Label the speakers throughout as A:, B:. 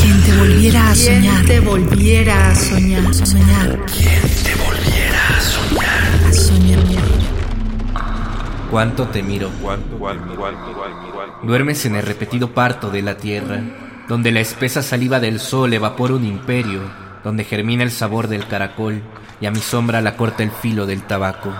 A: Quien te volviera a soñar.
B: te volviera a soñar.
A: A soñar.
C: Te volviera a soñar.
A: A soñar.
D: Cuánto te miro. Duermes en el repetido parto de la tierra, donde la espesa saliva del sol evapora un imperio, donde germina el sabor del caracol y a mi sombra la corta el filo del tabaco.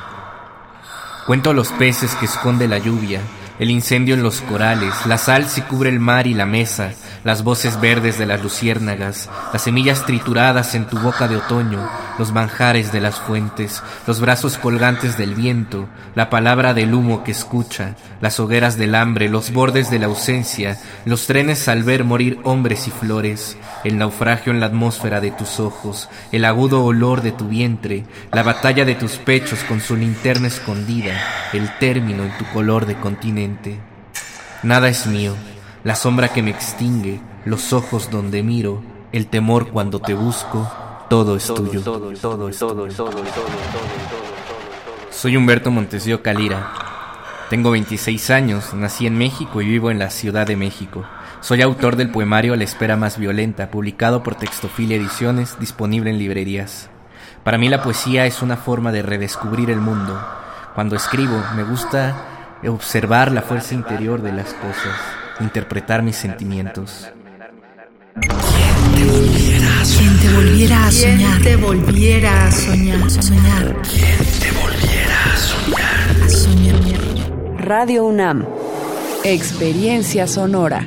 D: Cuento los peces que esconde la lluvia, el incendio en los corales, la sal si cubre el mar y la mesa, las voces verdes de las luciérnagas, las semillas trituradas en tu boca de otoño, los manjares de las fuentes, los brazos colgantes del viento, la palabra del humo que escucha, las hogueras del hambre, los bordes de la ausencia, los trenes al ver morir hombres y flores, el naufragio en la atmósfera de tus ojos, el agudo olor de tu vientre, la batalla de tus pechos con su linterna escondida, el término en tu color de continente. Nada es mío, la sombra que me extingue, los ojos donde miro, el temor cuando te busco, todo es tuyo. Soy Humberto Montesío Calira. Tengo 26 años, nací en México y vivo en la Ciudad de México. Soy autor del poemario La espera más violenta, publicado por Textofilia Ediciones, disponible en librerías. Para mí la poesía es una forma de redescubrir el mundo. Cuando escribo, me gusta observar la fuerza interior de las cosas, interpretar mis sentimientos.
A: Quien te volviera a soñar.
B: Quien te volviera a soñar.
A: A soñar.
C: Te volviera a soñar.
A: A soñar.
E: Radio UNAM. Experiencia sonora.